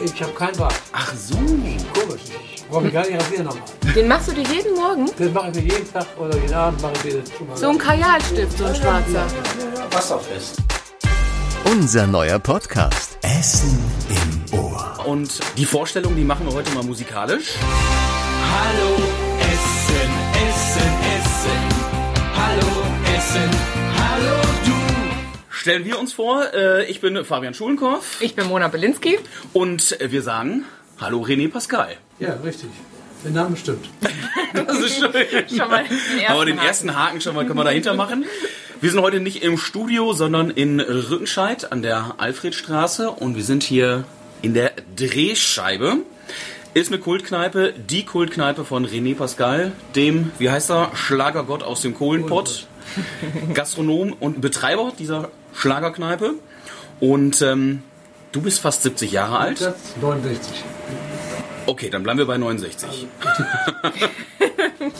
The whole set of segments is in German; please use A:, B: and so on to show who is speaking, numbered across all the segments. A: Ich habe keinen Bart.
B: Ach so.
A: Komisch. Ich brauche mich gar nicht rasieren nochmal.
C: Den machst du dir jeden Morgen?
A: Das mache ich mir jeden Tag oder jeden Abend mache ich mir das schon mal.
C: So ein Kajalstift, so ein schwarzer.
B: Wasserfest.
D: Unser neuer Podcast.
E: Essen im Ohr.
B: Und die Vorstellung, die machen wir heute mal musikalisch.
F: Hallo Essen, Essen, Essen. Hallo Essen, hallo du.
B: Stellen wir uns vor, äh, ich bin Fabian Schulenkorf
C: Ich bin Mona Belinsky.
B: und äh, wir sagen Hallo René Pascal.
A: Ja, richtig. Der Name stimmt.
B: Das ist schön.
C: Schon mal den ersten
B: Aber den
C: Haken.
B: ersten Haken schon mal können wir dahinter machen. Wir sind heute nicht im Studio, sondern in Rüttenscheid an der Alfredstraße und wir sind hier in der Drehscheibe. Ist eine Kultkneipe, die Kultkneipe von René Pascal, dem, wie heißt er, Schlagergott aus dem Kohlenpott, Gastronom und Betreiber dieser Schlagerkneipe. Und ähm, du bist fast 70 Jahre alt.
A: Das 69.
B: Okay, dann bleiben wir bei 69.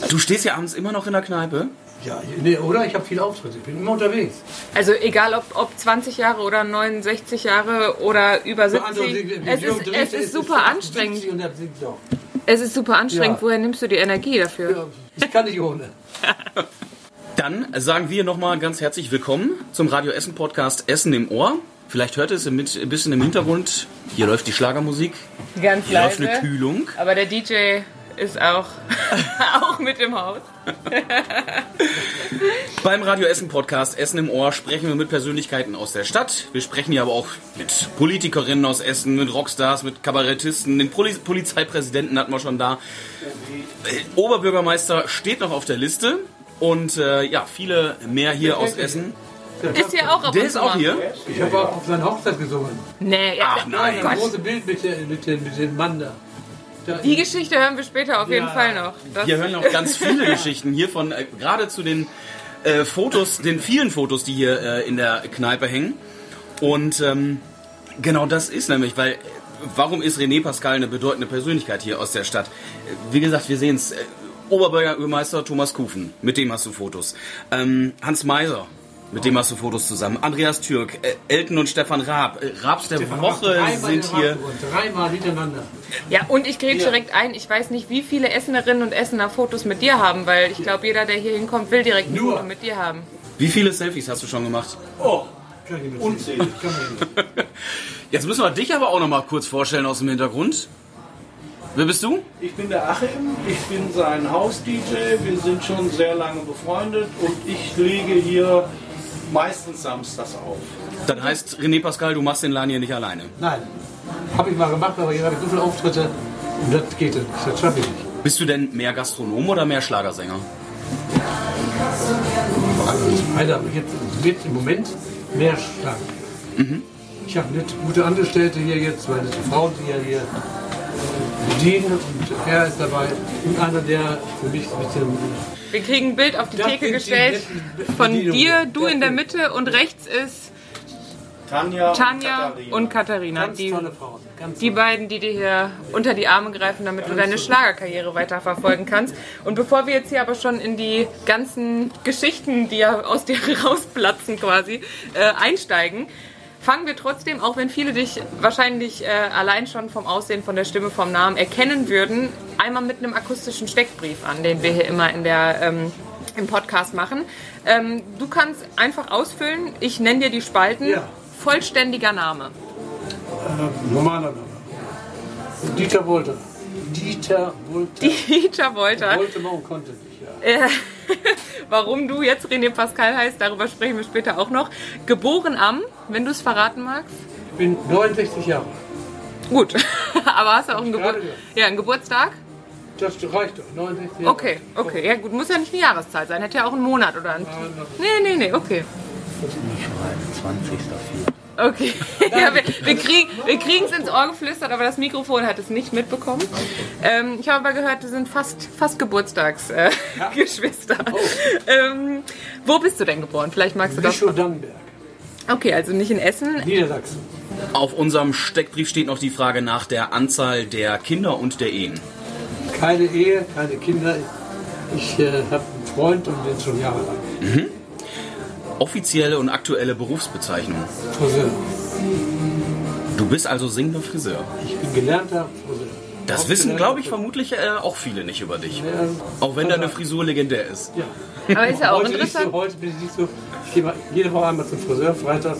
B: Du stehst ja abends immer noch in der Kneipe.
A: Ja, ich- nee, oder? Ich habe viele Auftritte. Ich bin immer unterwegs.
C: Also egal, ob, ob 20 Jahre oder 69 Jahre oder über
A: Für andere,
C: 70.
A: die- die
C: Es
A: Jungen
C: ist,
A: drehen,
C: es ist super
A: 78
C: anstrengend.
A: und das sind doch.
C: Es ist super anstrengend.
A: Ja.
C: Woher nimmst du die Energie dafür?
A: Ja, Ich kann nicht ohne.
B: Dann sagen wir nochmal ganz herzlich willkommen zum Radio Essen Podcast Essen im Ohr. Vielleicht hört ihr es mit, ein bisschen im Hintergrund. Hier läuft die Schlagermusik,
C: Ganz
B: hier läuft eine
C: leise.
B: Kühlung.
C: Aber der DJ ist auch, auch mit im Haus.
B: Beim Radio Essen Podcast Essen im Ohr sprechen wir mit Persönlichkeiten aus der Stadt. Wir sprechen hier aber auch mit Politikerinnen aus Essen, mit Rockstars, mit Kabarettisten, den Poli Polizeipräsidenten hatten wir schon da. Äh, Oberbürgermeister steht noch auf der Liste. Und äh, ja, viele mehr hier aus Essen.
C: Ist hier auch ab
B: Der
C: und
B: ist
C: zu
B: auch
C: mal.
B: hier.
A: Ich habe auch auf seiner Hochzeit gesungen.
C: Nee, ja, oh
B: Ach
A: Nein,
B: nein.
A: das große Bild mit, der, mit, dem, mit dem Mann da. da
C: die Geschichte hören wir später auf jeden
A: Ja.
C: Fall noch. Das
B: Hier hören auch ganz viele Geschichten hier von äh, gerade zu den äh, Fotos, den vielen Fotos, die hier äh, in der Kneipe hängen. Und ähm, genau das ist nämlich, weil äh, warum ist René Pascal eine bedeutende Persönlichkeit hier aus der Stadt? Äh, Wie gesagt, wir sehen es. Äh, Oberbürgermeister Thomas Kufen, mit dem hast du Fotos. Ähm, Hans Meiser, mit dem hast du Fotos zusammen. Andreas Türk, äh, Elton und Stefan Raab. Äh, Raabs der
A: Dreimal
B: Woche
A: den
B: sind
A: Rahmen
B: hier.
A: gewonnen, Dreimal hintereinander.
C: Ja, und ich kriege direkt ein, ich weiß nicht, wie viele Essenerinnen und Essener Fotos mit dir haben, weil ich glaube, jeder, der hier hinkommt, will direkt ein
A: Nur.
C: Foto mit dir haben.
B: Wie viele Selfies hast du schon gemacht?
A: Oh, kann ich nicht mitzählen. Kann ich nicht.
B: Jetzt müssen wir dich aber auch noch mal kurz vorstellen aus dem Hintergrund. Wer bist du?
G: Ich bin der Achim, ich bin sein Haus-DJ, wir sind schon sehr lange befreundet und ich lege hier meistens samstags auf.
B: Dann heißt René Pascal, du machst den Laden hier nicht alleine.
A: Nein, habe ich mal gemacht, aber hier habe ich so viele Auftritte und das geht nicht. Das schaffe ich nicht.
B: Bist du denn mehr Gastronom oder mehr Schlagersänger?
A: Alter, jetzt wird im Moment mehr stark. Ich habe nicht gute Angestellte hier jetzt, weil das die Frauen, die ja hier bedienen und er ist dabei. Und einer, der für mich ein bisschen
C: Wir kriegen ein Bild auf die
A: Das
C: Theke
A: sind die
C: gestellt
A: netten
C: von
A: Bedienungen.
C: dir, du
A: Das
C: in der
A: sind-
C: Mitte und rechts ist
G: Tanja,
C: Tanja
G: und Katharina.
C: und Katharina.
A: ganz
C: Die,
A: tolle Frauen. Ganz
C: die beiden, die dir hier unter die Arme greifen, damit du deine Schlagerkarriere weiterverfolgen kannst. Und bevor wir jetzt hier aber schon in die ganzen Geschichten, die ja aus dir rausplatzen quasi, äh, einsteigen, fangen wir trotzdem, auch wenn viele dich wahrscheinlich äh, allein schon vom Aussehen, von der Stimme, vom Namen erkennen würden, einmal mit einem akustischen Steckbrief an, den wir hier immer in der... Ähm, im Podcast machen. Ähm, du kannst einfach ausfüllen, ich nenne dir die Spalten,
A: Ja.
C: vollständiger Name.
A: normaler Name. Dieter Wolter. Dieter Wolter.
C: Dieter Wolter.
A: Wollte man und konnte nicht, ja.
C: Warum du jetzt René Pascal heißt, darüber sprechen wir später auch noch. Geboren am, wenn du es verraten magst.
A: Ich bin 69 Jahre. alt.
C: Gut, aber hast du auch einen, Gebur
A: gerade gehört.
C: ja, einen Geburtstag?
A: Das reicht doch. 69 Jahre.
C: Okay, okay. Ja gut, muss ja nicht eine Jahreszahl sein. Hätte ja auch einen Monat oder ein... Nee, nee, nee, okay. Okay, ja, wir, wir kriegen wir kriegen's ins Ohr geflüstert, aber das Mikrofon hat es nicht mitbekommen. Ähm, ich habe aber gehört, wir sind fast, fast Geburtstagsgeschwister. Äh, Geschwister.
A: Oh.
C: ähm, wo bist du denn geboren? Vielleicht magst du das
A: Bischof Dannenberg,
C: Okay, also nicht in Essen.
A: Niedersachsen.
B: Auf unserem Steckbrief steht noch die Frage nach der Anzahl der Kinder und der Ehen.
A: Keine Ehe, keine Kinder. Ich äh, habe einen Freund und den schon jahrelang.
B: Offizielle und aktuelle Berufsbezeichnung.
A: Friseur.
B: Du Du bist also singender Friseur.
A: Ich bin gelernter Friseur.
B: Das wissen, glaube ich, vermutlich äh, auch viele nicht über dich. Auch wenn deine Frisur legendär ist.
A: Ja.
C: Aber ist ja auch
A: heute Nicht
C: interessant.
A: so, heute bin ich nicht so. Ich gehe mal- jede Woche einmal zum Friseur, freitags.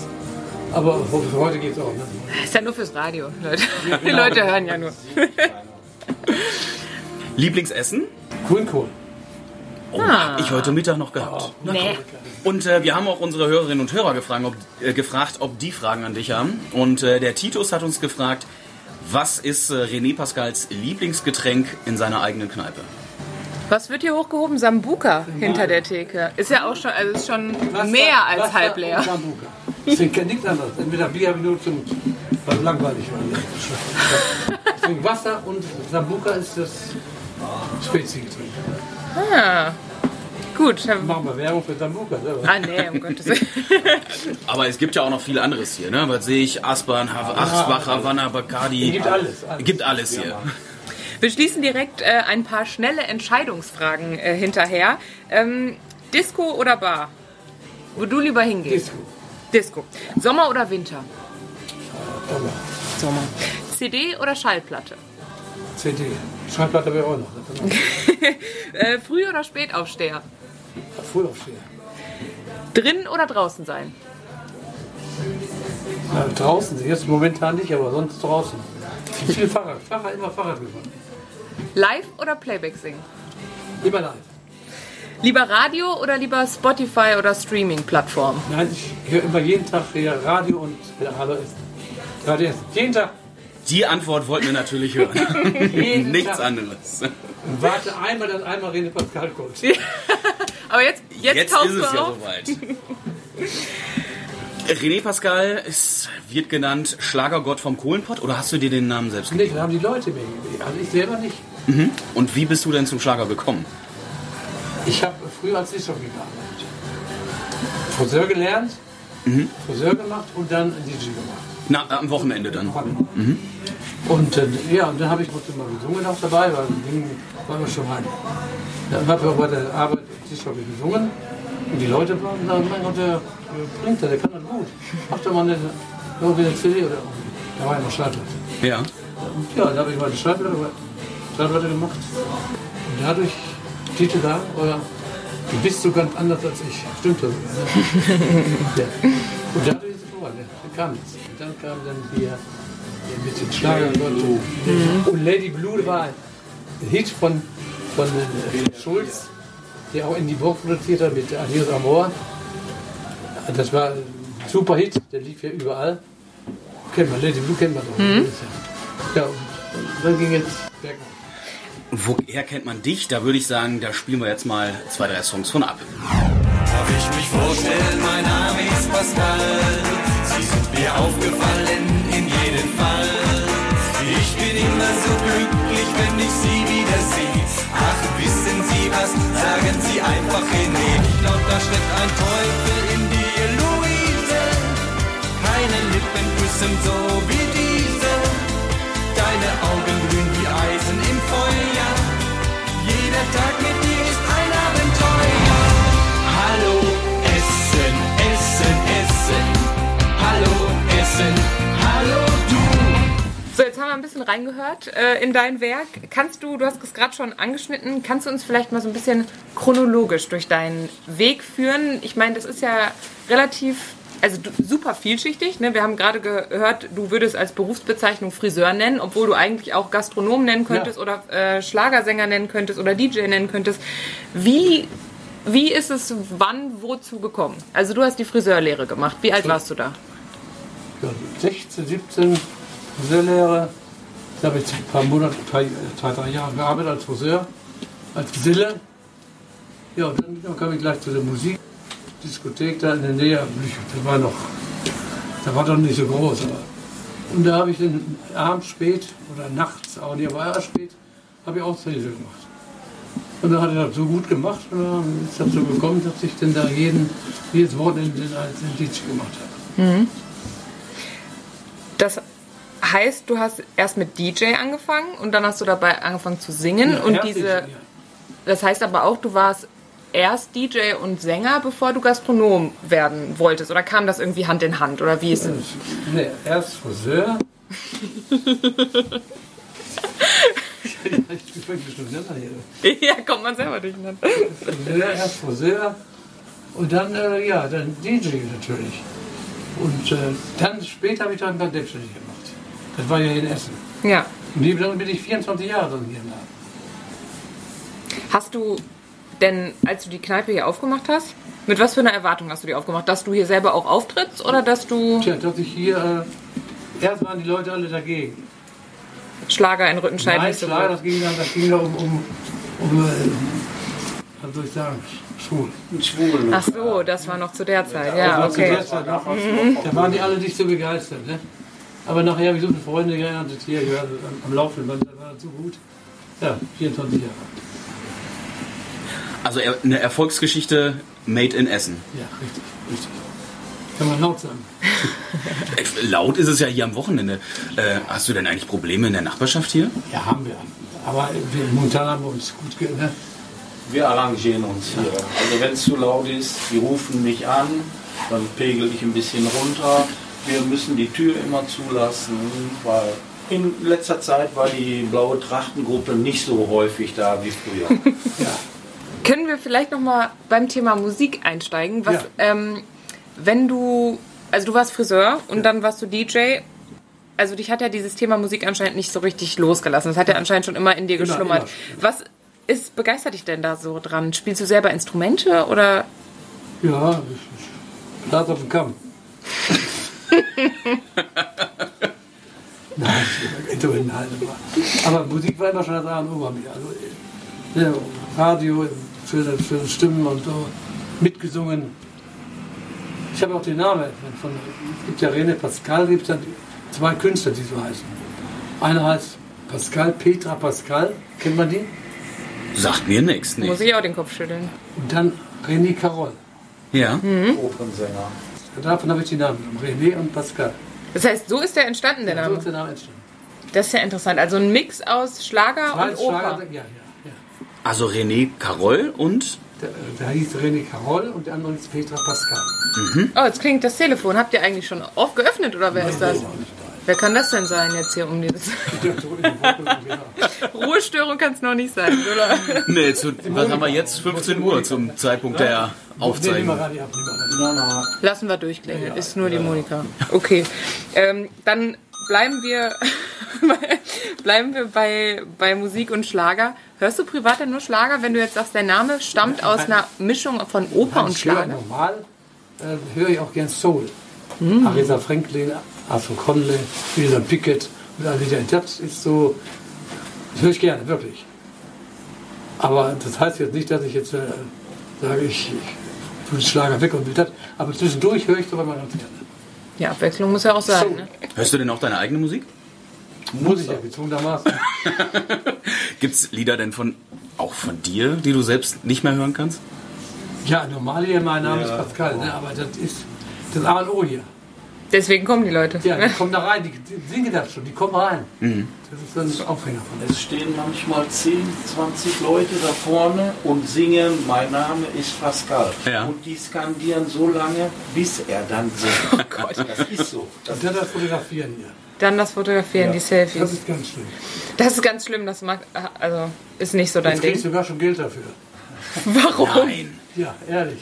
A: Aber ho- heute geht's auch. Ne?
C: Ist ja nur fürs Radio, Leute. Die Leute hören ja nur.
B: Lieblingsessen?
A: Grünkohl.
B: Oh, hab ich heute Mittag noch gehabt. Na,
C: Nee.
B: Und äh, wir haben auch unsere Hörerinnen und Hörer gefragt ob, äh, gefragt, ob die Fragen an dich haben. Und äh, der Titus hat uns gefragt, was ist äh, René Pascals Lieblingsgetränk in seiner eigenen Kneipe?
C: Was wird hier hochgehoben? Sambuka hinter der Theke. Ist ja auch schon, also ist schon
A: Wasser-
C: mehr als
A: Wasser
C: halb
A: und
C: leer.
A: Sambuca. Das ist kein- nichts anderes. Entweder Bier habe ich nur zum, weil es langweilig war. hier. Deswegen Wasser und Sambuca ist das Spezi-Getränk.
C: Gut.
A: Machen wir Werbung für Sambuca. selber.
C: Ah, nee, um Gottes Willen.
B: Aber es gibt ja auch noch viel anderes hier, ne? Was sehe ich? Aspern, Hav- Achsbach, Havanna, Bacardi.
A: Ah, Gibt alles, alles.
B: Gibt alles hier.
C: Wir schließen direkt äh, ein paar schnelle Entscheidungsfragen äh, hinterher. Ähm, Disco oder Bar? Wo du lieber hingehst?
A: Disco.
C: Disco. Sommer oder Winter?
A: Sommer.
C: Sommer. CD oder Schallplatte?
A: CD. Schallplatte habe ich auch noch. Das kann man
C: Äh, früh oder spät aufsteher?
A: auch Früh aufstehen.
C: Drin oder draußen sein?
A: Na, draußen, jetzt momentan nicht, aber sonst draußen. Viel Fahrrad. Fahrrad, immer Fahrrad gefahren.
C: Live oder Playback singen?
A: Immer live.
C: Lieber Radio oder lieber Spotify oder Streaming-Plattform?
A: Nein, ich höre immer jeden Tag hier Radio und Hallo Essen. Radio Essen. Jeden Tag.
B: Die Antwort wollten wir natürlich hören.
A: Jeden
B: Nichts
A: Tag.
B: anderes.
A: Und warte einmal, dass einmal René Pascal kommt.
C: Aber jetzt, jetzt,
B: Jetzt
C: tauchst
B: ist
C: du
B: es ja
C: auf.
B: soweit. René Pascal ist, wird genannt Schlagergott vom Kohlenpott oder hast du dir den Namen selbst
A: Nee,
B: gegeben?
A: dann haben die Leute mir gegeben. Also ich selber nicht.
B: Und wie bist du denn zum Schlager gekommen?
A: Ich habe früher als Dishockey gearbeitet. Friseur gelernt, Friseur gemacht und dann DJ gemacht.
B: Na, am Wochenende dann.
A: Und äh, ja, und dann habe ich trotzdem mal gesungen auch dabei, weil ging, war mir schon rein. Dann habe ich auch bei der Arbeit Dishockey gesungen und die Leute waren da, mein Gott, der, der bringt das, der kann das gut. Mach doch mal eine, irgendwie eine CD oder da war ja noch Schallplatte.
B: Ja.
A: Ja, da habe ich meine Schallplatte, Schallplatte gemacht. Und dadurch Titel da, oder du bist so ganz anders als ich. Stimmt das? ja. Und dadurch ist es vorbei. ne? Dann kam es. Und dann kam dann hier hier mit den Schlagern und, und Lady Blue war ein Hit von, von äh, Schulz, der auch in die Burg produziert hat mit Adios Amor. Das war ein super Hit, der lief ja überall. Kennt man, Lady Blue kennt man doch. Das ist ja- ja, und dann ging jetzt bergab.
B: Woher kennt man dich? Da würde ich sagen, da spielen wir jetzt mal zwei, drei Songs von ab.
F: Darf ich mich vorstellen, mein Name ist Pascal. Sie sind mir aufgefallen, in jedem Fall. Ich bin immer so glücklich, wenn ich Sie wieder sehe. Ach, wissen Sie was? Sagen Sie einfach René. Ich glaub, da steckt ein Teufel in dir, Luise. Keine Lippen küssen so wie diese. Deine Augen glühen wie Eisen im Feuer. Jeder Tag mit dir ist ein Abenteuer. Hallo Essen, Essen, Essen. Hallo Essen, hallo du.
C: So, jetzt haben wir ein bisschen reingehört äh, in dein Werk. Kannst du, du hast es gerade schon angeschnitten, kannst du uns vielleicht mal so ein bisschen chronologisch durch deinen Weg führen? Ich meine, das ist ja relativ, also du, super vielschichtig. Ne? Wir haben gerade gehört, du würdest als Berufsbezeichnung Friseur nennen, obwohl du eigentlich auch Gastronom nennen könntest oder äh, Schlagersänger nennen könntest oder DJ nennen könntest. Wie, wie ist es wann wozu gekommen? Also du hast die Friseurlehre gemacht. Wie alt warst du da?
A: Ja, 16, 17 Friseurlehre. Da habe ich ein paar Monate, drei, drei, drei Jahre gearbeitet als Friseur, als Geselle. Ja, und dann, dann kam ich gleich zu der Musikdiskothek da in der Nähe. Da war noch, da war doch nicht so groß. Aber. Und da habe ich dann abends spät oder nachts, aber nee, war ja spät, habe ich auch Hilfe gemacht. Und dann hat er das so gut gemacht und dann ist das so gekommen, dass ich dann da jeden, jedes Wochenende als Indiz gemacht habe.
C: Das heißt, du hast erst mit DJ angefangen und dann hast du dabei angefangen zu singen und
A: Ja,
C: diese.
A: herzlich, ja.
C: Das heißt aber auch, du warst erst DJ und Sänger, bevor du Gastronom werden wolltest? Oder kam das irgendwie Hand in Hand? Oder wie ist es?
A: Nee, erst Friseur. ich bin schon selber hier.
C: Ja, kommt man selber ne? durcheinander.
A: Friseur, erst Friseur und dann, äh, ja, dann DJ natürlich. Und äh, dann später habe ich dann dann selbstständig gemacht. Das war ja in Essen.
C: Ja.
A: Und die- dann bin ich 24 Jahre dann hier im Laden.
C: Hast du denn, als du die Kneipe hier aufgemacht hast, mit was für einer Erwartung hast du die aufgemacht? Dass du hier selber auch auftrittst oder dass du
A: Tja, dass ich hier, äh, erst waren die Leute alle dagegen.
C: Schlager in Rüttenscheid
A: Nein,
C: nicht so
A: klar,
C: gut-
A: das ging dann, das ging dann um, um, um äh, was soll ich sagen, schwul.
G: Schwulen.
C: Ach so, das war noch zu der Zeit. Ja,
A: Also zu
C: okay.
A: der Zeit noch- Da waren die alle nicht so begeistert, ne? Aber nachher habe ich so viele Freunde geerntet hier, ich war am, am Laufen, das war so gut. Ja, 24 Jahre.
B: Also er- eine Erfolgsgeschichte made in Essen.
A: Ja, richtig, richtig. Kann man laut sagen.
B: Äh, Laut ist es ja hier am Wochenende. Äh, hast du denn eigentlich Probleme in der Nachbarschaft hier?
A: Ja, haben wir. Aber wir, momentan haben wir uns gut ge- ne?
G: Wir arrangieren uns hier. Also wenn es zu laut ist, die rufen mich an, dann pegel ich ein bisschen runter. Wir müssen die Tür immer zulassen, weil in letzter Zeit war die blaue Trachtengruppe nicht so häufig da wie früher.
C: Können wir vielleicht nochmal beim Thema Musik einsteigen? Was,
A: Ja.
C: ähm, wenn du, also du warst Friseur und dann warst du DJ. Also dich hat ja dieses Thema Musik anscheinend nicht so richtig losgelassen. Das hat ja anscheinend schon immer
A: Genau,
C: in dir geschlummert. Was ist, begeistert dich denn da so dran? Spielst du selber Instrumente oder
A: Ja, ich- ich lade auf den Kamm. Nein, Instrument, nein, aber, aber Musik war immer schon das A und O bei mir. Also, äh, ja, Radio für, für Stimmen und so, mitgesungen. Ich habe auch den Namen. Von, es gibt ja René Pascal, gibt es ja zwei Künstler, die so heißen. Einer heißt Pascal, Petra Pascal, kennt man die?
B: Sagt mir nichts,
C: muss
B: nicht.
C: ich auch den Kopf schütteln?
A: Und dann René Carol.
B: Ja.
G: Opernsänger.
A: Davon habe ich die Namen, genommen, René und Pascal.
C: Das heißt, so ist der entstanden, der
A: So
C: Name.
A: ist der Name entstanden.
C: Das ist ja interessant. Also ein Mix aus Schlager Ah, und
A: Franz
C: Oper.
A: Schlager- Ja, ja, ja.
B: Also René Carroll und
A: Der, äh, der hieß René Carroll und der andere hieß Petra Pascal.
C: Oh, jetzt klingt das Telefon. Habt ihr eigentlich schon oft geöffnet oder wer ist das? Wer kann das denn sein jetzt hier um dieses?
A: Ja, so in der Woche, genau.
C: Ruhestörung kann es noch nicht sein, oder?
B: Nee, zu, was haben wir jetzt? 15 Uhr zum Zeitpunkt der
A: Nee, nimm mal
B: Aufzeichnung.
A: Radio ab, nimm mal Radio ab.
C: Lassen wir durchklingen. ist nur die Monika. Okay. Ähm, dann bleiben wir, bleiben wir bei, bei Musik und Schlager. Hörst du privat denn nur Schlager, wenn du jetzt sagst, der Name stammt aus einer Mischung von Oper und
A: Ich höre
C: Schlager?
A: normal, äh, höre ich auch gern Soul. Aretha Franklin, Arthur Conley, William Pickett und all die Das ist so, das höre ich gerne, wirklich. Aber das heißt jetzt nicht, dass ich jetzt äh, sage, ich, ich tue den Schlager weg und will das. Aber zwischendurch höre ich sogar mal ganz gerne.
C: Ja, Abwechslung muss ja auch sein. Ne?
B: Hörst du denn auch deine eigene Musik?
A: Muss ich ja gezwungenermaßen.
B: Gibt's Lieder denn von auch von dir, die du selbst nicht mehr hören kannst?
A: Ja, normal hier, mein Name ist Pascal, ne? aber das ist das A und O hier.
C: Deswegen kommen die Leute.
A: Ja, die kommen da rein, die, die singen das schon, die kommen rein.
G: Mhm.
A: Das ist dann ein Aufhänger von der
G: Es stehen manchmal 10, 20 Leute da vorne und singen, mein Name ist Pascal.
B: Ja.
G: Und die skandieren so lange, bis er dann singt. Oh Gott. Das ist so. Das
A: Und dann das Fotografieren hier.
C: Dann das Fotografieren, die Selfies.
A: Das ist ganz schlimm.
C: Das ist ganz schlimm, das mag, also ist nicht so dein
A: Jetzt kriegst
C: Ding.
A: du sogar schon Geld dafür.
C: Warum?
B: Nein.
A: Ja, ehrlich.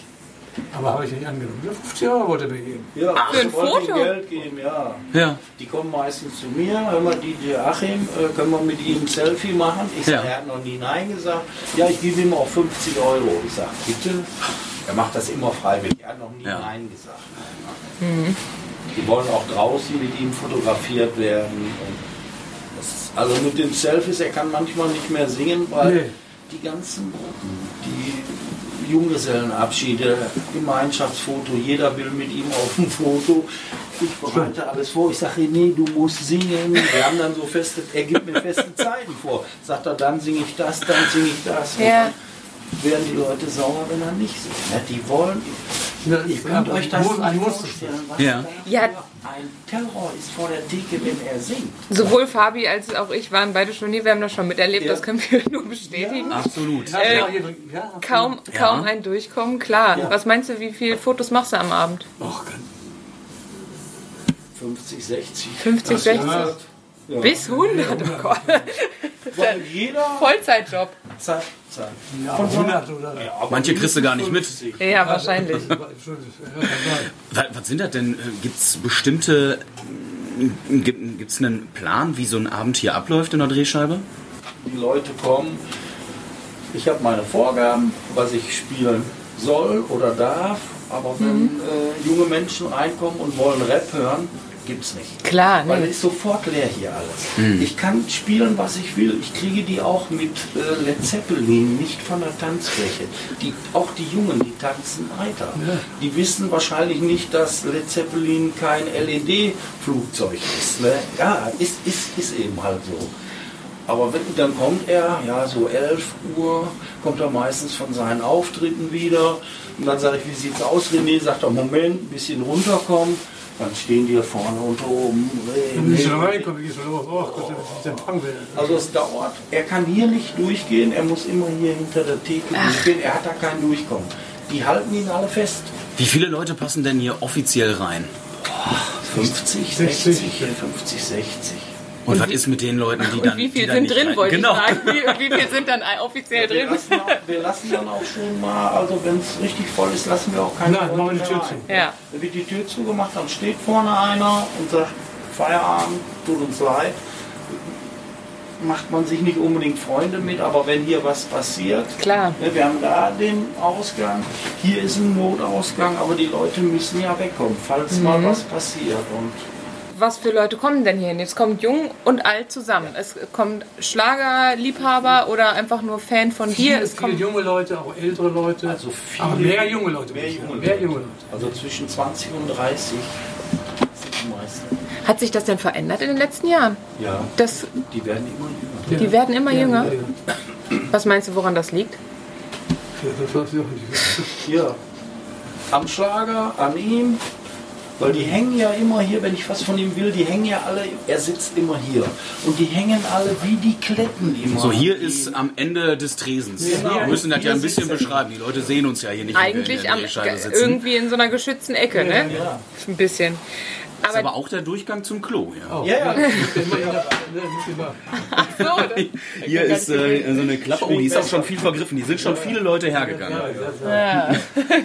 A: Aber habe ich nicht angenommen. Ja, 50 Euro wollte er mir geben.
G: Ja, Ach,
C: ein Foto?
G: Geld geben, ja.
B: Ja.
G: Die kommen meistens zu mir, hör mal, DJ Achim, äh, können wir mit ihm ein Selfie machen? Ich
B: Ja.
G: sag, er hat noch nie Nein gesagt. Ja, ich gebe ihm auch 50 Euro. Ich sage, bitte? Er macht das immer freiwillig. Er hat noch nie
B: Ja.
G: Nein gesagt. Die wollen auch draußen mit ihm fotografiert werden. Und das ist, also mit den Selfies, er kann manchmal nicht mehr singen, weil
A: Nee.
G: die ganzen Gruppen, die Junggesellenabschiede, Gemeinschaftsfoto, jeder will mit ihm auf dem Foto. Ich bereite alles vor. Ich sage, nee, du musst singen. Wir haben dann so feste, er gibt mir feste Zeiten vor. Sagt er, dann singe ich das, dann singe ich das. Und
C: Ja.
G: Dann werden die Leute sauer, wenn er nicht singt. Ne, Die wollen,
A: Ja,
G: ihr könnt euch das
A: muss, ein
G: nicht
A: Muss.
G: vorstellen. was
B: Ja.
G: da-
C: Ja,
G: Ein Terror ist vor der Theke, wenn er singt.
C: Sowohl Fabi als auch ich waren beide schon hier. Wir haben das schon miterlebt. Das können wir nur bestätigen.
B: Absolut.
A: Ja,
C: Äh.
A: ja.
C: Kaum, kaum ein Durchkommen, klar. Was meinst du, wie viele Fotos machst du am Abend?
A: Och, kann-
G: 50, 60.
C: 50, 60?
A: ja.
C: Bis 100? Oh Gott.
G: Weil jeder
C: Vollzeitjob.
G: Zeit, Zeit.
A: Ja, 100 oder.
B: Manche kriegst du gar nicht mit.
C: Ja, wahrscheinlich.
A: Entschuldigung, ja, kann sein.
B: Wa- Was sind das denn? Gibt es bestimmte. Gibt es einen Plan, wie so ein Abend hier abläuft in der Drehscheibe?
G: Die Leute kommen. Ich habe meine Vorgaben, was ich spielen soll oder darf. Aber wenn äh, junge Menschen reinkommen und wollen Rap hören, gibt's nicht.
C: Klar, ne?
G: Weil
C: Ah, nee.
G: es ist sofort leer hier alles. Ich kann spielen, was ich will. Ich kriege die auch mit äh, Led Zeppelin, nicht von der Tanzfläche. Die, auch die Jungen, die tanzen weiter. Die wissen wahrscheinlich nicht, dass Led Zeppelin kein LED-Flugzeug ist. Ne? Ja, ist, ist, ist eben halt so. Aber wenn, dann kommt er, ja, so 11 Uhr, kommt er meistens von seinen Auftritten wieder. Und dann sage ich, wie sieht's aus, René? Sagt er, Moment, ein bisschen runterkommen. Dann stehen die da vorne und oben.
A: Wenn du nicht schon reinkommst, gehst du los. Oh Gott, damit ich den Empfang werde.
G: Also es dauert. Er kann hier nicht durchgehen, er muss immer hier hinter der Theke durchgehen. Er hat da kein Durchkommen. Die halten ihn alle fest.
B: Wie viele Leute passen denn hier offiziell rein?
G: 50, 60,
A: 60.
G: 50, 60.
B: Und, was ist mit den Leuten, die dann.
C: Mhm. Und wie
B: die
C: viel
B: dann
C: sind
B: nicht
C: drin,
B: rein-
C: wollte
B: genau.
C: ich sagen. Wie, wie viel sind dann offiziell
A: genau.
G: Wir
C: drin?
G: lassen, auch, wir lassen dann auch schon mal, also wenn es richtig voll ist, lassen wir auch keine
A: Nein,
G: Leute
A: machen wir die
G: mehr
A: Tür
G: rein.
A: zu.
C: Ja.
G: Dann wird die Tür zugemacht, dann steht vorne einer und sagt, Feierabend, tut uns leid. Macht man sich nicht unbedingt Freunde mit, aber wenn hier was passiert,
C: Klar.
G: ne, wir haben da den Ausgang, hier ist ein Notausgang, aber die Leute müssen ja wegkommen, falls mal was passiert. Und
C: Was für Leute kommen denn hier hin? Jetzt kommt jung und alt zusammen. Es kommt Schlagerliebhaber oder einfach nur Fan von dir.
A: Hier
C: Es
A: viele
C: kommt
A: junge Leute, auch ältere Leute.
G: Also viele-
A: aber mehr junge Leute.
G: Mehr junge
A: mehr
G: Leute.
A: junge Leute.
G: also zwischen 20 und 30 sind die meisten.
C: Hat sich das denn verändert in den letzten Jahren?
G: Ja,
C: Das,
G: die werden immer jünger.
A: Ja.
C: die werden immer
A: Ja,
C: jünger.
A: ja, ja.
C: Was meinst du, woran das liegt?
A: Ja, das weiß ich auch nicht.
G: Hier, am Schlager, an ihm. Weil die hängen ja immer hier, wenn ich was von ihm will, die hängen ja alle, er sitzt immer hier. Und die hängen alle wie die Kletten immer.
B: So, hier ist am Ende des Tresens.
A: genau.
B: Wir müssen das ja ein bisschen beschreiben. Die Leute sehen uns ja hier nicht, wenn wir in
C: Eigentlich
B: der
C: am,
B: Drehscheibe sitzen.
C: irgendwie in so einer geschützten Ecke, ne?
G: Ja,
C: Ein bisschen.
B: Das ist aber auch der Durchgang zum Klo. Ja.
A: Oh.
G: ja, ja.
C: So, ne? das,
B: Hier ist äh, so eine Klappe. Oh, die ist auch schon viel vergriffen. Die sind schon viele Leute hergegangen.
C: Ja.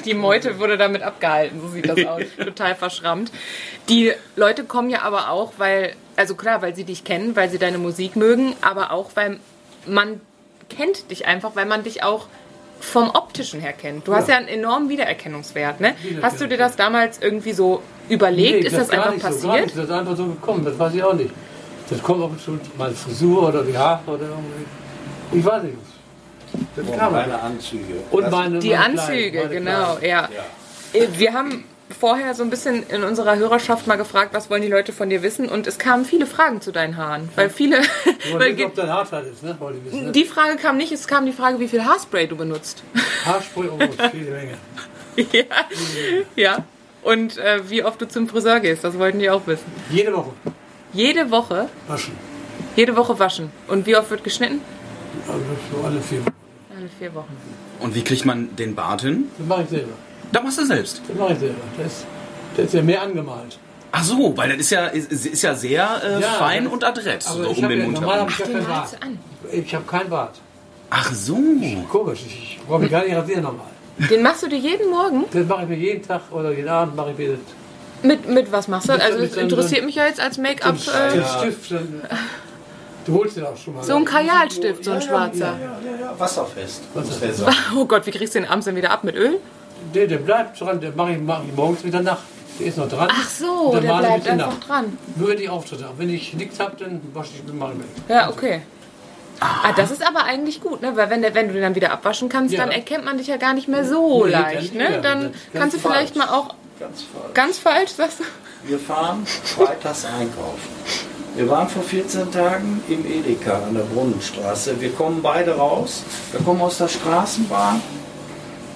C: Die Meute wurde damit abgehalten, so sieht das aus. Total verschrammt. Die Leute kommen ja aber auch, weil, also klar, weil sie dich kennen, weil sie deine Musik mögen, aber auch, weil man kennt dich einfach, weil man dich auch vom optischen her kennt. Du hast ja, einen enormen Wiedererkennungswert, ne? Hast du dir das damals irgendwie so überlegt? ist das,
A: gar
C: einfach
A: nicht So, gar
C: passiert?
A: nicht. das ist einfach so gekommen, das weiß ich auch nicht. Das kommt auch schon mal Frisur oder die Haare oder irgendwie. Ich weiß nicht. Das
G: Und
A: kam
G: meine Anzüge.
A: Und meine,
C: Die
A: meine
C: Anzüge,
A: Kleider, meine
C: genau,
A: Kleider.
C: ja. Äh, Wir haben vorher so ein bisschen in unserer Hörerschaft mal gefragt, was wollen die Leute von dir wissen? Und es kamen viele Fragen zu deinen Haaren. Weil viele.
A: Ich wollte
C: weil
A: wissen,
C: ge-
A: ob dein Haarteil ist, ne? Wollte ich wissen. Ne?
C: die Frage kam nicht, es kam die Frage, wie viel Haarspray du benutzt.
A: Haarspray, oh, Gott, jede Menge.
C: ja. ja. Und äh, wie oft du zum Friseur gehst, das wollten die auch wissen.
A: Jede Woche
C: Jede Woche,
A: waschen.
C: jede Woche waschen. Und wie oft wird geschnitten?
A: Also so alle vier.
C: Alle vier Wochen.
B: Und wie kriegt man den Bart hin?
A: Das mache ich selber.
B: Da machst du selbst.
A: Das mache ich selber. Das ist, das ist ja mehr angemalt.
B: Ach so, weil das ist ja, ist, ist ja sehr äh,
A: Ja,
B: fein
A: das-
B: und adrett.
A: Aber
B: So
A: ich
B: um
A: habe
B: den
A: ja,
B: Mund
A: normal
B: herum.
A: habe ich ja
C: Den
A: keinen
C: malst
A: Bart.
C: du an.
A: Ich habe keinen Bart.
B: Ach so.
A: Komisch, ich brauche mich gar nicht rasieren nochmal.
C: Den machst du dir jeden Morgen?
A: Das mache ich mir jeden Tag oder jeden Abend mache ich mir das.
C: Mit, mit was machst du?
A: Mit-
C: Also
A: mit
C: das
A: so einem-
C: interessiert mich ja jetzt als Make-up. Äh,
A: Den Stift. Dann, du holst den auch schon mal.
C: so ein Kajalstift, so ein schwarzer.
G: Ja, ja, ja, wasserfest.
A: Wasserfest.
G: Wasserfest.
C: Oh Gott, wie kriegst du den abends dann wieder ab mit Öl?
A: Nee, der bleibt dran, den mache ich, mach ich morgens wieder nach. Der ist noch dran.
C: Ach so,
A: Und dann
C: der
A: male ich
C: bleibt
A: den
C: einfach
A: nach.
C: dran.
A: Nur wenn ich Auftritte habe. Wenn ich nichts habe, dann wasche ich den mal weg.
C: Ja, okay. Ah, das ist aber eigentlich gut, ne? Weil wenn, der, wenn du den dann wieder abwaschen kannst,
A: Ja.
C: dann erkennt man dich ja gar nicht mehr so
A: Nee, dann
C: leicht,
A: eher,
C: ne?
A: das
C: Dann
A: ist ganz
C: kannst du vielleicht
G: falsch.
C: mal auch
G: Ganz falsch.
C: ganz falsch, sagst du?
G: Wir fahren freitags einkaufen. Wir waren vor 14 Tagen im Edeka an der Brunnenstraße. Wir kommen beide raus. Wir kommen aus der Straßenbahn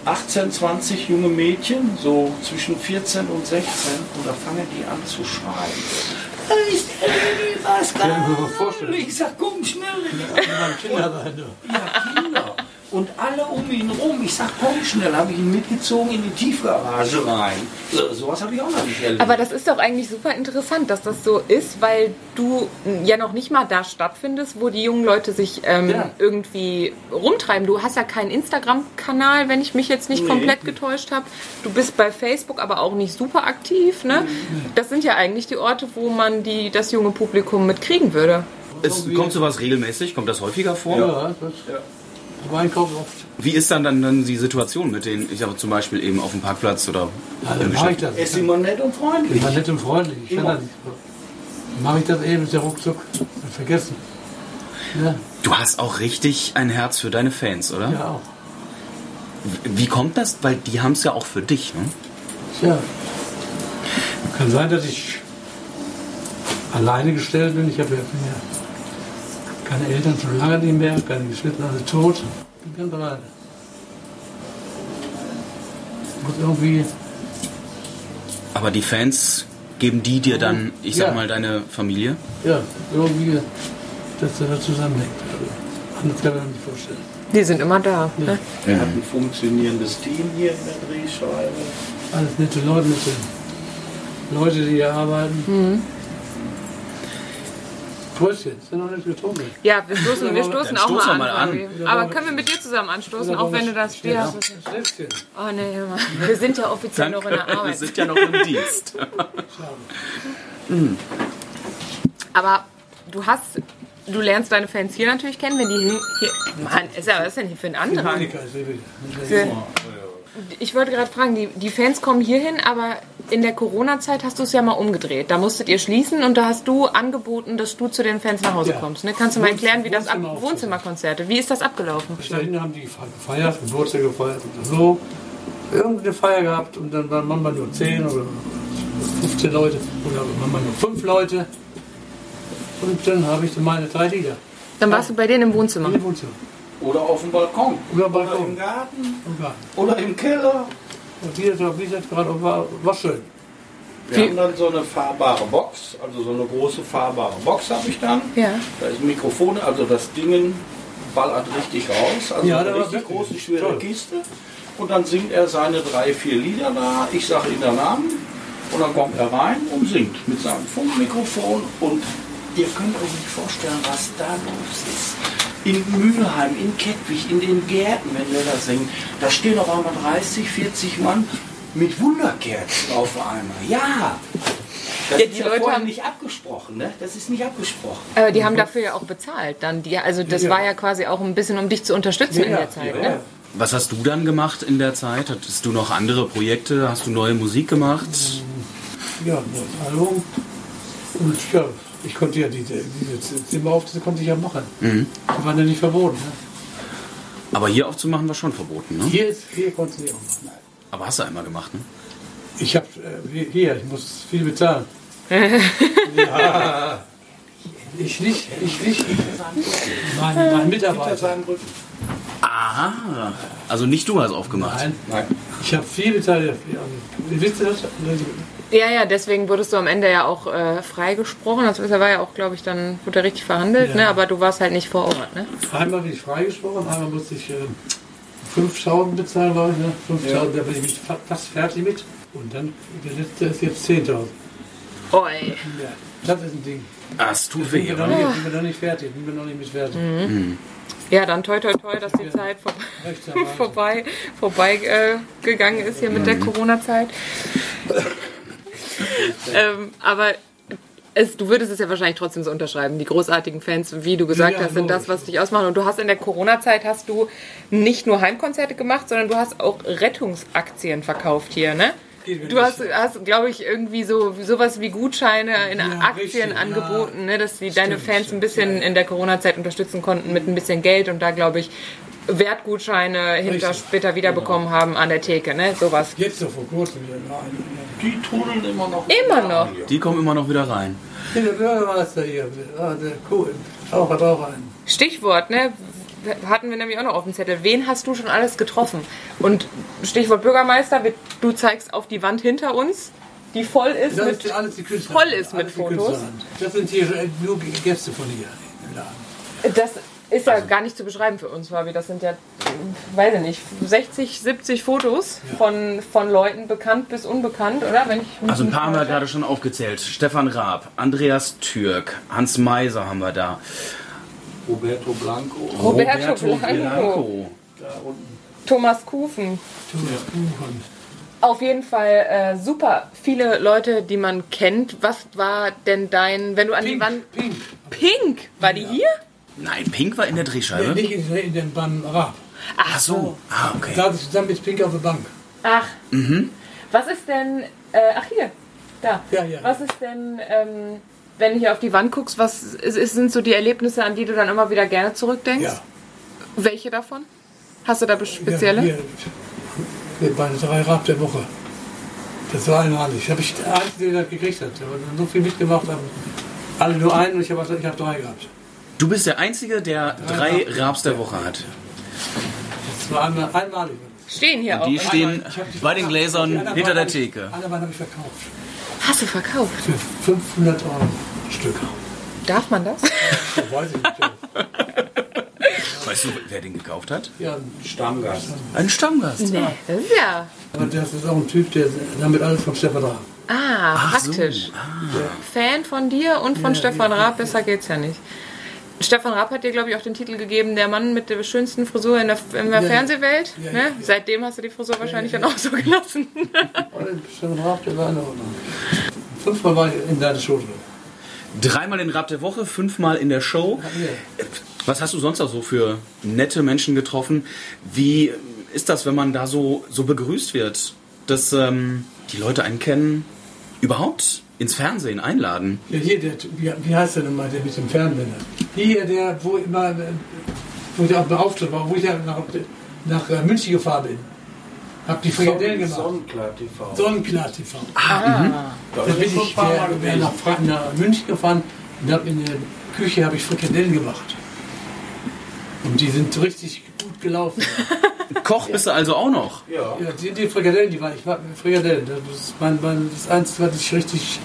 G: 18, 20 junge Mädchen, so zwischen 14 und 16, und da fangen die an zu schreien. Da ist der René
A: Kann ich mir mal
G: Pascal.
A: vorstellen.
G: Ich sag, komm schnell, René.
A: Kinderleine.
G: Ja, Kinder. Und alle um ihn rum. Ich sag, komm schnell, habe ich ihn mitgezogen in die Tiefgarage rein. So, sowas habe ich auch noch nicht erlebt.
C: Aber das ist doch eigentlich super interessant, dass das so ist, weil du ja noch nicht mal da stattfindest, wo die jungen Leute sich ähm,
G: Ja.
C: irgendwie rumtreiben. Du hast ja keinen Instagram-Kanal, wenn ich mich jetzt nicht
G: Nee.
C: komplett getäuscht habe. Du bist bei Facebook aber auch nicht super aktiv. Ne? Das sind ja eigentlich die Orte, wo man die, das junge Publikum mitkriegen würde.
B: Es kommt sowas regelmäßig? Kommt das häufiger vor?
A: Ja, das Im Einkaufen oft.
B: Wie ist dann, dann dann die Situation mit den, ich sage zum Beispiel eben auf dem Parkplatz oder
A: Also
B: im
A: mache ich
B: Geschäft?
A: das.
G: Er ist immer nett und freundlich.
A: Ich war nett und freundlich. Ich kann
G: Immer.
A: das nicht. Mache ich das eben, ist ja ruckzuck. Hab Vergessen. Ja,
B: Du hast auch richtig ein Herz für deine Fans, oder?
A: ja auch.
B: Wie kommt das? Weil die haben es ja auch für dich, ne?
A: Tja. Kann sein, dass ich alleine gestellt bin. Ich habe ja bin ja keine Eltern schon lange nicht mehr, keine Geschwister, alle tot. Bin ganz alleine. Muss irgendwie.
B: Aber die Fans geben die dir dann, ich sag
A: Ja.
B: mal, deine Familie?
A: Ja, irgendwie, dass er da zusammenhängt. Also, Anders kann ich mir nicht vorstellen.
C: Die sind immer da. Ne?
G: Er hat ein funktionierendes Team hier in der Drehscheibe.
A: Alles nette Leute, nette Leute, die hier arbeiten. Mhm. Brötchen, sind noch nicht getrunken.
C: Ja, wir stoßen, wir stoßen auch
B: stoßen wir
C: mal,
B: mal
C: an.
B: an.
C: Fabi. Aber können wir mit dir zusammen anstoßen, auch wenn du das Bier hast?
A: Schnäppchen.
C: Oh nee, hör mal. wir sind ja offiziell noch in der
B: wir
C: Arbeit.
B: sind ja noch im Dienst.
C: Aber du hast, du lernst deine Fans hier natürlich kennen, wenn die hier. hier Mann, ist ja, was ist denn hier für ein Andrang?
A: Monika ist wieder.
C: Ich wollte gerade fragen, die, die Fans kommen hier hin, aber in der Corona-Zeit hast du es ja mal umgedreht. Da musstet ihr schließen und da hast du angeboten, dass du zu den Fans nach Hause
A: Ja.
C: kommst. Ne? Kannst du mal
A: Wohnz-
C: erklären, wie das ab
A: Wohnzimmer-
C: Wohnzimmerkonzerte, wie ist das abgelaufen?
A: Dahin haben die gefeiert, Geburtstag gefeiert und so. Irgendeine Feier gehabt und dann waren manchmal nur 10 oder 15 Leute oder manchmal nur 5 Leute. Und dann habe ich meine drei Lieder.
C: Dann warst du bei denen im Wohnzimmer.
A: Im Wohnzimmer,
G: Oder auf dem Balkon.
A: Oder am
G: Oder im
A: Balkon.
G: Garten.
A: im Garten.
G: Oder im Keller.
A: Und die, wie ich jetzt gerade auch war, war schön.
G: Wir haben dann so eine fahrbare Box, also so eine große fahrbare Box habe ich dann.
C: Ja.
G: Da ist ein Mikrofon, also das Ding ballert richtig raus. Also
A: Ja,
G: eine
A: da war
G: richtig
A: wirklich
G: große, schwere
A: toll.
G: Kiste. Und dann singt er seine drei, vier Lieder da. Ich sage ihn den Namen. Und dann kommt er rein und singt mit seinem Funkmikrofon. Und ihr könnt euch nicht vorstellen, was da los ist. In Mülheim, in Kettwig, in den Gärten, wenn wir da singen, da stehen auf einmal 30, 40 Mann mit Wunderkerzen auf einmal. Ja! Das
C: Ja,
G: ist
C: die
G: ja
C: Leute
G: vorher
C: haben-
G: nicht abgesprochen, ne? Das ist nicht abgesprochen.
C: Aber Äh, die haben dafür ja auch bezahlt dann. Die, also das war ja quasi auch ein bisschen, um dich zu unterstützen in der Zeit. Ne?
B: Was hast du dann gemacht in der Zeit? Hattest du noch andere Projekte? Hast du neue Musik gemacht?
A: Ja, das Album. Und ja, ich konnte ja diese, diese Zimmerauftritte konnte ich ja machen. Die waren ja nicht verboten. Ne?
B: Aber hier aufzumachen war schon verboten, ne?
A: Hier, ist, hier konnte ich auch machen.
B: Aber hast du einmal gemacht, ne?
A: Ich habe äh, hier, ich muss viel bezahlen. ja. Ich nicht, ich nicht. Mein, mein Mitarbeiter.
B: Aha. Also nicht du hast aufgemacht.
A: Nein, ich habe viel bezahlt. dafür. Also, Wisst ihr das? ne?
C: Ja, ja, deswegen wurdest du am Ende ja auch äh, freigesprochen. Das war ja auch, glaube ich, dann wurde er richtig verhandelt,
A: Ja.
C: ne? aber du warst halt nicht vor Ort. Ne?
A: Einmal bin ich freigesprochen, einmal musste ich äh, 5000 bezahlen, glaube ich. Ne? 5000, da bin ich mit, fa- fast fertig mit. Und dann, der letzte ist jetzt 10.000.
C: Oi.
A: Ja, das ist ein Ding.
B: Ah, es tut
A: Sind
B: weh,
A: wir,
B: oder?
A: noch nicht, sind wir noch nicht fertig, sind wir noch nicht mit fertig.
C: Mhm. Ja, dann toi toi toi, dass die Zeit vor
A: Rechtsanwalt.
C: vorbei, vorbei äh, gegangen ist hier mit
A: Mhm.
C: der Corona-Zeit. ähm, aber es, du würdest es ja wahrscheinlich trotzdem so unterschreiben. Die großartigen Fans, wie du gesagt
A: Ja,
C: hast, sind das,
A: logisch.
C: was dich ausmacht. Und du hast in der Corona-Zeit hast du nicht nur Heimkonzerte gemacht, sondern du hast auch Rettungsaktien verkauft hier, ne?
A: Geht mir
C: Du hast,
A: nicht.
C: hast glaube ich, irgendwie so sowas wie Gutscheine in
A: Ja,
C: Aktien
A: richtig,
C: angeboten, ne, dass die deine
A: Stimmt,
C: Fans ein
A: stimmt,
C: bisschen in der Corona-Zeit unterstützen konnten mit ein bisschen Geld und da, glaube ich, Wertgutscheine hinter
A: Richtig, Genau.
C: später wiederbekommen haben an der Theke, ne? Sowas.
A: Jetzt so vor kurzem wieder. Nein,
G: Die trudeln immer noch.
C: Immer noch.
B: Die kommen immer noch wieder rein.
A: Der Bürgermeister hier, ah, der Kuh, auch hat auch einen.
C: Stichwort, ne? hatten wir nämlich auch noch auf dem Zettel. Wen hast du schon alles getroffen? Und Stichwort Bürgermeister, wir- du zeigst auf die Wand hinter uns, die voll ist
A: Das
C: mit
A: ist alles die Künstler.
C: voll ist mit
A: alles die
C: Fotos.
A: Künstlerhand. Das sind hier äh, nur Gäste von hier im Laden.
C: Das ist
A: Also
C: ja gar nicht zu beschreiben für uns, Fabi. Das sind ja, weiß ich nicht, 60, 70 Fotos von, von Leuten, bekannt bis unbekannt, oder? Wenn ich
B: Also ein paar haben wir gerade schon aufgezählt. Stefan Raab, Andreas Türk, Hans Meiser haben wir da.
G: Roberto Blanco.
C: Roberto Blanco, Thomas Kufen. Auf jeden Fall äh, super viele Leute, die man kennt. Was war denn dein, wenn du an die Wand.
A: Pink, Pink.
C: Pink! War die hier?
B: Nein, Pink war in der
A: Ja,
B: Drehscheibe.
A: nicht in, in den Bann Raab.
B: Ach so. Ah, okay.
A: Da zusammen mit Pink auf der Bank.
C: Ach. Was ist denn. Äh, ach, hier. Da.
A: Ja, ja.
C: Was ist denn, ähm, wenn du hier auf die Wand guckst, was ist, ist- sind so die Erlebnisse, an die du dann immer wieder gerne zurückdenkst?
A: Ja.
C: Welche davon? Hast du da be- spezielle?
A: Ja, hier, bei den drei Raab der Woche. Das war einmalig. Ich habe ich der einzige, der das gekriegt hat. Aber so viel mitgemacht haben. Alle nur einen und ich habe ich hab drei gehabt.
B: Du bist der Einzige, der drei Raabs der Woche hat.
A: Das war einmal, einmalig.
C: Stehen hier auch.
B: Die stehen
A: Ich hab die
B: bei den
A: verkauft. Die
B: Gläsern
A: anderen
B: hinter der
A: beiden hab ich-
B: Theke.
A: Alle beiden habe ich verkauft.
C: Hast du verkauft?
A: Für 500 Euro Stück.
C: Darf man das?
A: Das weiß ich nicht.
B: Weißt du, wer den gekauft hat?
A: Ja,
G: Stammgast.
B: Ein Stammgast.
C: Nee. Das ist ja.
A: aber das ist auch ein Typ, der damit alles von Stefan Raab.
C: Ah, praktisch.
A: ah.
C: Fan von dir und von Stefan Raab, besser geht's ja nicht. Stefan Raab hat dir, glaube ich, auch den Titel gegeben, der Mann mit der schönsten Frisur in der, in der Fernsehwelt.
A: Ja,
C: ne?
A: ja, ja.
C: Seitdem hast du die Frisur wahrscheinlich dann auch so gelassen.
A: Und Stefan Raab, der war in Ordnung. Fünfmal war ich in deiner Show drin.
B: Dreimal den Raab der Woche, fünfmal in der Show. Was hast du sonst auch so für nette Menschen getroffen? Wie ist das, wenn man da so, so begrüßt wird, dass ähm, die Leute einen kennen, überhaupt ins Fernsehen einladen?
A: Ja, hier, der, wie, wie heißt der nochmal, der mit dem Fernbänder? Hier, der, wo immer, äh, wo ich auf dem Auftritt war, wo ich ja nach, nach äh, München gefahren bin. Hab die Frikadellen gemacht.
G: Sonnenklar TV.
A: Sonnenklar TV.
G: Ah, Da
A: Dann bin
G: bin
A: ich
G: schon ein paar Mal
A: der, der
G: gewesen.
A: nach, Fra- nach München gefahren und hab in der Küche habe ich Frikadellen gemacht. Und die sind richtig gut gelaufen.
B: Koch bist du also auch noch.
G: Ja.
A: Ja, die, die Frikadellen, die waren, ich war Frikadellen, das ist mein, mein, das Einzige, was ich richtig,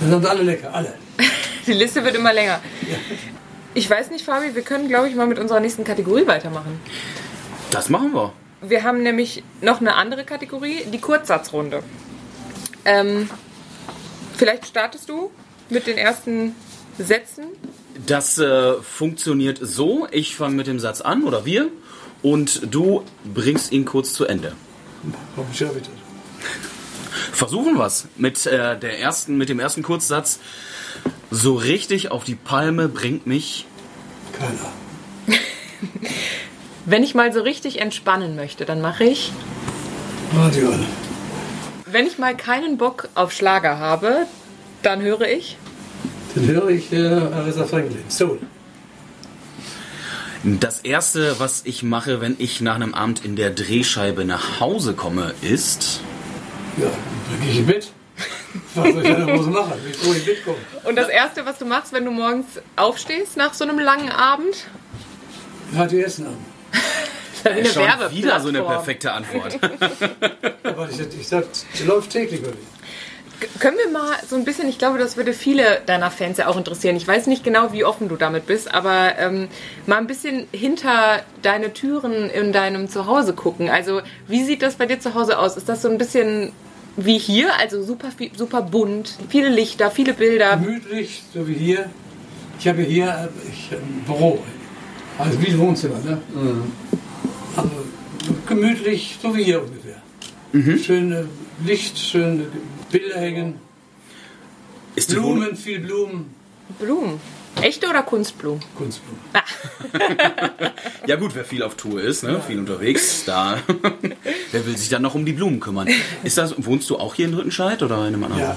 A: das sind alle lecker, alle.
C: Die Liste wird immer länger. Ich weiß nicht, Fabi, wir können, glaube ich, mal mit unserer nächsten Kategorie weitermachen.
B: Das machen wir.
C: Wir haben nämlich noch eine andere Kategorie, die Kurzsatzrunde. Ähm, vielleicht startest du mit den ersten Sätzen.
B: Das äh, funktioniert so. Ich fange mit dem Satz an, oder wir, und du bringst ihn kurz zu Ende.
A: Komm, ich hör bitte.
B: Versuchen wir's. Mit, äh, der ersten, mit dem ersten Kurzsatz. So richtig auf die Palme bringt mich.
A: Keiner.
C: Wenn ich mal so richtig entspannen möchte, dann mache ich.
A: Radio an.
C: Wenn ich mal keinen Bock auf Schlager habe, dann höre ich.
A: Dann höre ich äh, Aretha Franklin. Soul.
B: Das erste, was ich mache, wenn ich nach einem Abend in der Drehscheibe nach Hause komme, ist.
A: Ja, dann gehe ich mit. Was soll ich denn groß machen? Wie soll ich mitkommen?
C: Und das Erste, was du machst, wenn du morgens aufstehst nach so einem langen Abend,
A: Radio Essen an.
C: dann eine
B: Schon
C: Werbeplattform.
B: wieder so eine perfekte Antwort.
A: Aber ich, ich sag, die läuft täglich bei mir.
C: Können wir mal so ein bisschen, ich glaube, das würde viele deiner Fans ja auch interessieren. Ich weiß nicht genau, wie offen du damit bist, aber ähm, mal ein bisschen hinter deine Türen in deinem Zuhause gucken. Also, wie sieht das bei dir zu Hause aus? Ist das so ein bisschen wie hier? Also super, viel- super bunt, viele Lichter, viele
B: Mhm.
C: Bilder.
A: Gemütlich, so wie hier. Ich habe hier äh, ich, ein Büro. Also wie ein Wohnzimmer, ne? Aber gemütlich, so wie hier ungefähr. Schöne Licht, schöne Bilder hängen.
B: Ist die Wohnung,
A: Blumen, viel Blumen.
C: Blumen. Echte oder Kunstblumen?
A: Kunstblumen.
B: ja gut, wer viel auf Tour ist, ne? viel unterwegs, da. wer will sich dann noch um die Blumen kümmern? Ist das, wohnst du auch hier in Rüttenscheid oder in einem anderen?
A: Ja,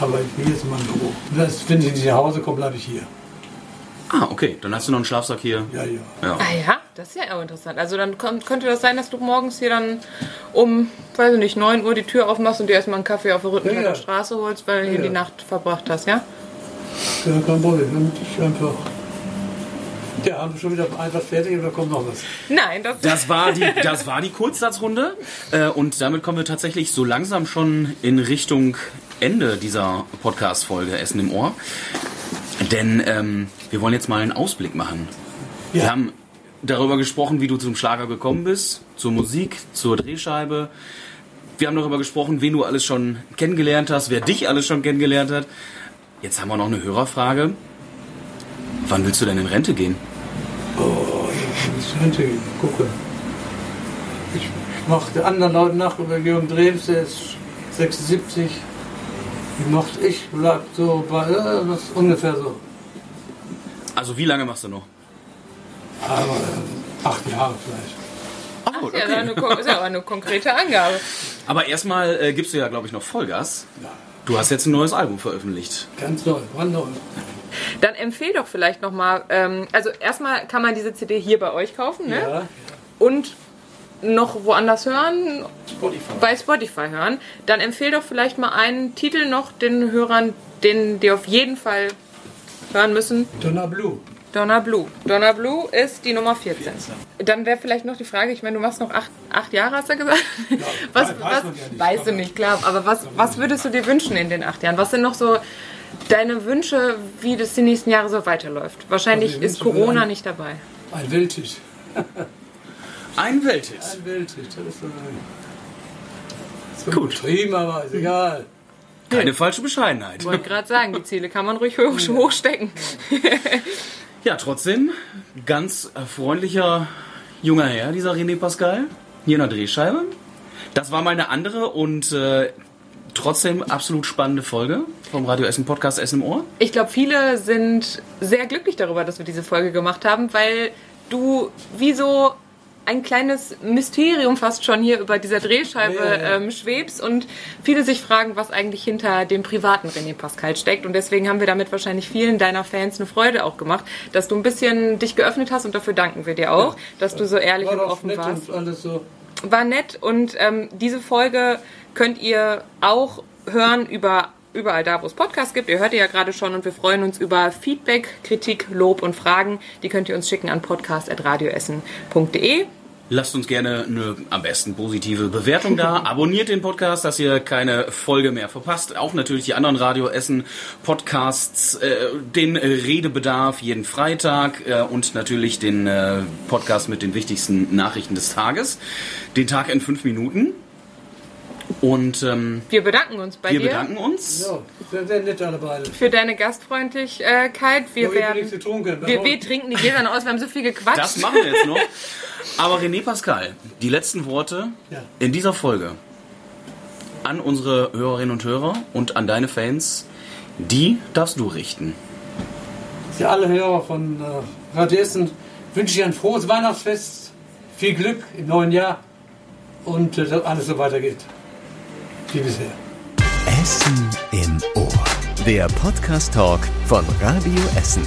A: aber ich bin jetzt in meinem Büro. Das, wenn ich nicht nach Hause komme, bleibe ich hier.
B: Ah, okay. Dann hast du noch einen Schlafsack hier.
A: Ja, ja.
B: Ja.
C: Ah ja, das ist ja auch interessant. Also dann kommt, könnte das sein, dass du morgens hier dann um, weiß ich nicht, 9 Uhr die Tür aufmachst und dir erstmal einen Kaffee auf der Rüttenheimer
A: Ja, ja.
C: Straße holst, weil du hier
A: Ja, ja.
C: die Nacht verbracht hast, ja?
A: Ja, kein Problem. Dann muss ich einfach Ja, haben wir schon wieder einfach fertig oder kommt noch was?
C: Nein, das,
B: Das war die, das war die Kurzsatzrunde. Äh, und damit kommen wir tatsächlich so langsam schon in Richtung Ende dieser Podcast-Folge Essen im Ohr. Denn ähm, wir wollen jetzt mal einen Ausblick machen. Wir haben darüber gesprochen, wie du zum Schlager gekommen bist, zur Musik, zur Drehscheibe. Wir haben darüber gesprochen, wen du alles schon kennengelernt hast, wer dich alles schon kennengelernt hat. Jetzt haben wir noch eine Hörerfrage. Wann willst du denn in Rente gehen?
A: Ich könnte gucken. Ich, ich machte anderen Leuten nach, über Jürgen Drews, der ist 76. Ich macht ich, bleib so bei, äh, was ungefähr so.
B: Also wie lange machst du noch?
A: Aber äh, acht Jahre vielleicht.
B: Ah, gut,
C: ja, das war eine, kon- ist ja aber eine konkrete Angabe.
B: Aber erstmal äh, gibst du ja, glaube ich, noch Vollgas. Du hast jetzt ein neues Album veröffentlicht.
A: Ganz neu, brandneu.
C: Dann empfehl doch vielleicht nochmal, ähm, also erstmal kann man diese CD hier bei euch kaufen, ne?
A: Ja.
C: Und noch woanders hören,
G: Spotify.
C: bei Spotify hören. Dann empfehl doch vielleicht mal einen Titel noch den Hörern, den die auf jeden Fall hören müssen.
A: Donna Blue.
C: Donna Blue. Donna Blue ist die Nummer 14. Dann wäre vielleicht noch die Frage, ich meine, du machst noch acht, acht Jahre, hast du gesagt? was,
A: weiß
C: was,
A: man ja nicht,
C: weißt du
A: aber-
C: nicht, klar. Aber was, was würdest du dir wünschen in den acht Jahren? Was sind noch so deine Wünsche, wie das die nächsten Jahre so weiterläuft? Wahrscheinlich
A: Also die
C: ist
A: Wünsche
C: Corona
A: wären-
C: nicht dabei.
A: Ein Welthit.
B: Ein Welthit.
A: Ein Welthit, das ist so ein.
B: Gut.
A: Prima, aber ist egal.
B: Keine falsche Bescheidenheit.
C: Ich wollte gerade sagen, die Ziele kann man ruhig hoch, hochstecken.
B: Ja, trotzdem, ganz freundlicher junger Herr, dieser René Pascal, hier in der Drehscheibe. Das war mal eine andere und äh, trotzdem absolut spannende Folge vom Radio Essen Podcast Essen im Ohr.
C: Ich glaube, viele sind sehr glücklich darüber, dass wir diese Folge gemacht haben, weil du wie so ein kleines Mysterium fast schon hier über dieser Drehscheibe
A: Ja, ja, ja.
C: Ähm, schwebst und viele sich fragen, was eigentlich hinter dem privaten René Pascal steckt. Und deswegen haben wir damit wahrscheinlich vielen deiner Fans eine Freude auch gemacht, dass du ein bisschen dich geöffnet hast und dafür danken wir dir auch, dass du so ehrlich
A: War
C: und
A: doch
C: offen
A: nett
C: warst
A: und alles so.
C: war nett und ähm, diese Folge könnt ihr auch hören über überall da, wo es Podcasts gibt. Ihr hört ihr ja gerade schon und wir freuen uns über Feedback, Kritik, Lob und Fragen. Die könnt ihr uns schicken an podcast.radioessen.de.
B: Lasst uns gerne eine am besten positive Bewertung da. Abonniert den Podcast, dass ihr keine Folge mehr verpasst. Auch natürlich die anderen Radio Essen Podcasts, äh, den Redebedarf jeden Freitag äh, und natürlich den äh, Podcast mit den wichtigsten Nachrichten des Tages. Den Tag in fünf Minuten. Und ähm,
C: Wir bedanken uns bei
B: wir
C: dir
B: bedanken uns.
A: Ja, sehr, sehr nett alle beide.
C: für deine Gastfreundlichkeit. Wir
A: Ich habe nichts
C: werden
A: getrunken.
C: wir, wir trinken die Gläser noch aus, wir haben so viel gequatscht.
B: Das machen wir jetzt noch. Aber René Pascal, die letzten Worte
A: Ja.
B: in dieser Folge an unsere Hörerinnen und Hörer und an deine Fans, die darfst du richten.
A: Für alle Hörer von äh, Radio Essen wünsche ich ein frohes Weihnachtsfest, viel Glück im neuen Jahr und äh, dass alles so weitergeht. Wie bisher.
E: Essen im Ohr.
D: Der Podcast Talk von Radio Essen.